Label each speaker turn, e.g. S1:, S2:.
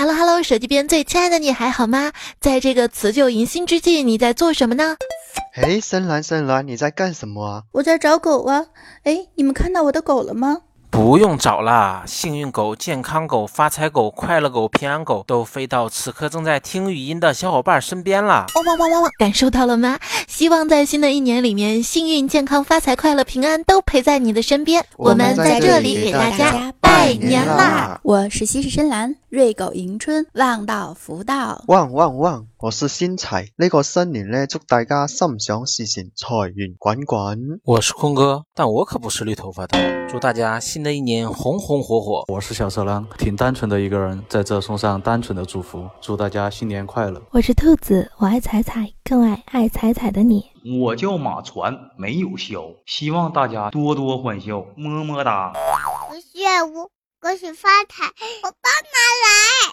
S1: Hello，手机边最亲爱的你还好吗？在这个辞旧迎新之际，你在做什么呢？
S2: 哎，深蓝深蓝，你在干什么啊？
S3: 我在找狗啊！哎，你们看到我的狗了吗？
S4: 不用找啦，幸运狗、健康狗、发财狗、快乐狗、平安狗都飞到此刻正在听语音的小伙伴身边啦！
S1: 汪汪汪汪汪，感受到了吗？希望在新的一年里面，幸运、健康、发财、快乐、平安都陪在你的身边。
S2: 我
S1: 我
S2: 们
S1: 们
S2: 在
S1: 在
S2: 这
S1: 这
S2: 里
S1: 里
S2: 给
S1: 给
S2: 大
S1: 大
S2: 家
S1: 家
S2: 拜
S1: 拜
S2: 年
S1: 年
S2: 啦
S1: 啦！
S3: 我是西施深蓝，瑞狗迎春，望到福到。
S2: 汪汪汪！我是仙齊，呢、個新年呢，祝大家心想事成，財源滾滾。
S4: 我是坤哥，但我可不是绿头发的。祝大家新的一年红红火火！
S5: 我是小色狼，挺单纯的一个人，在这送上单纯的祝福，祝大家新年快乐。
S6: 我是兔子，我爱彩彩，更爱爱彩彩的你。
S7: 我叫马传，没有肖，希望大家多多欢笑，么么哒。
S8: 我是业务，我是发财，我爸妈来。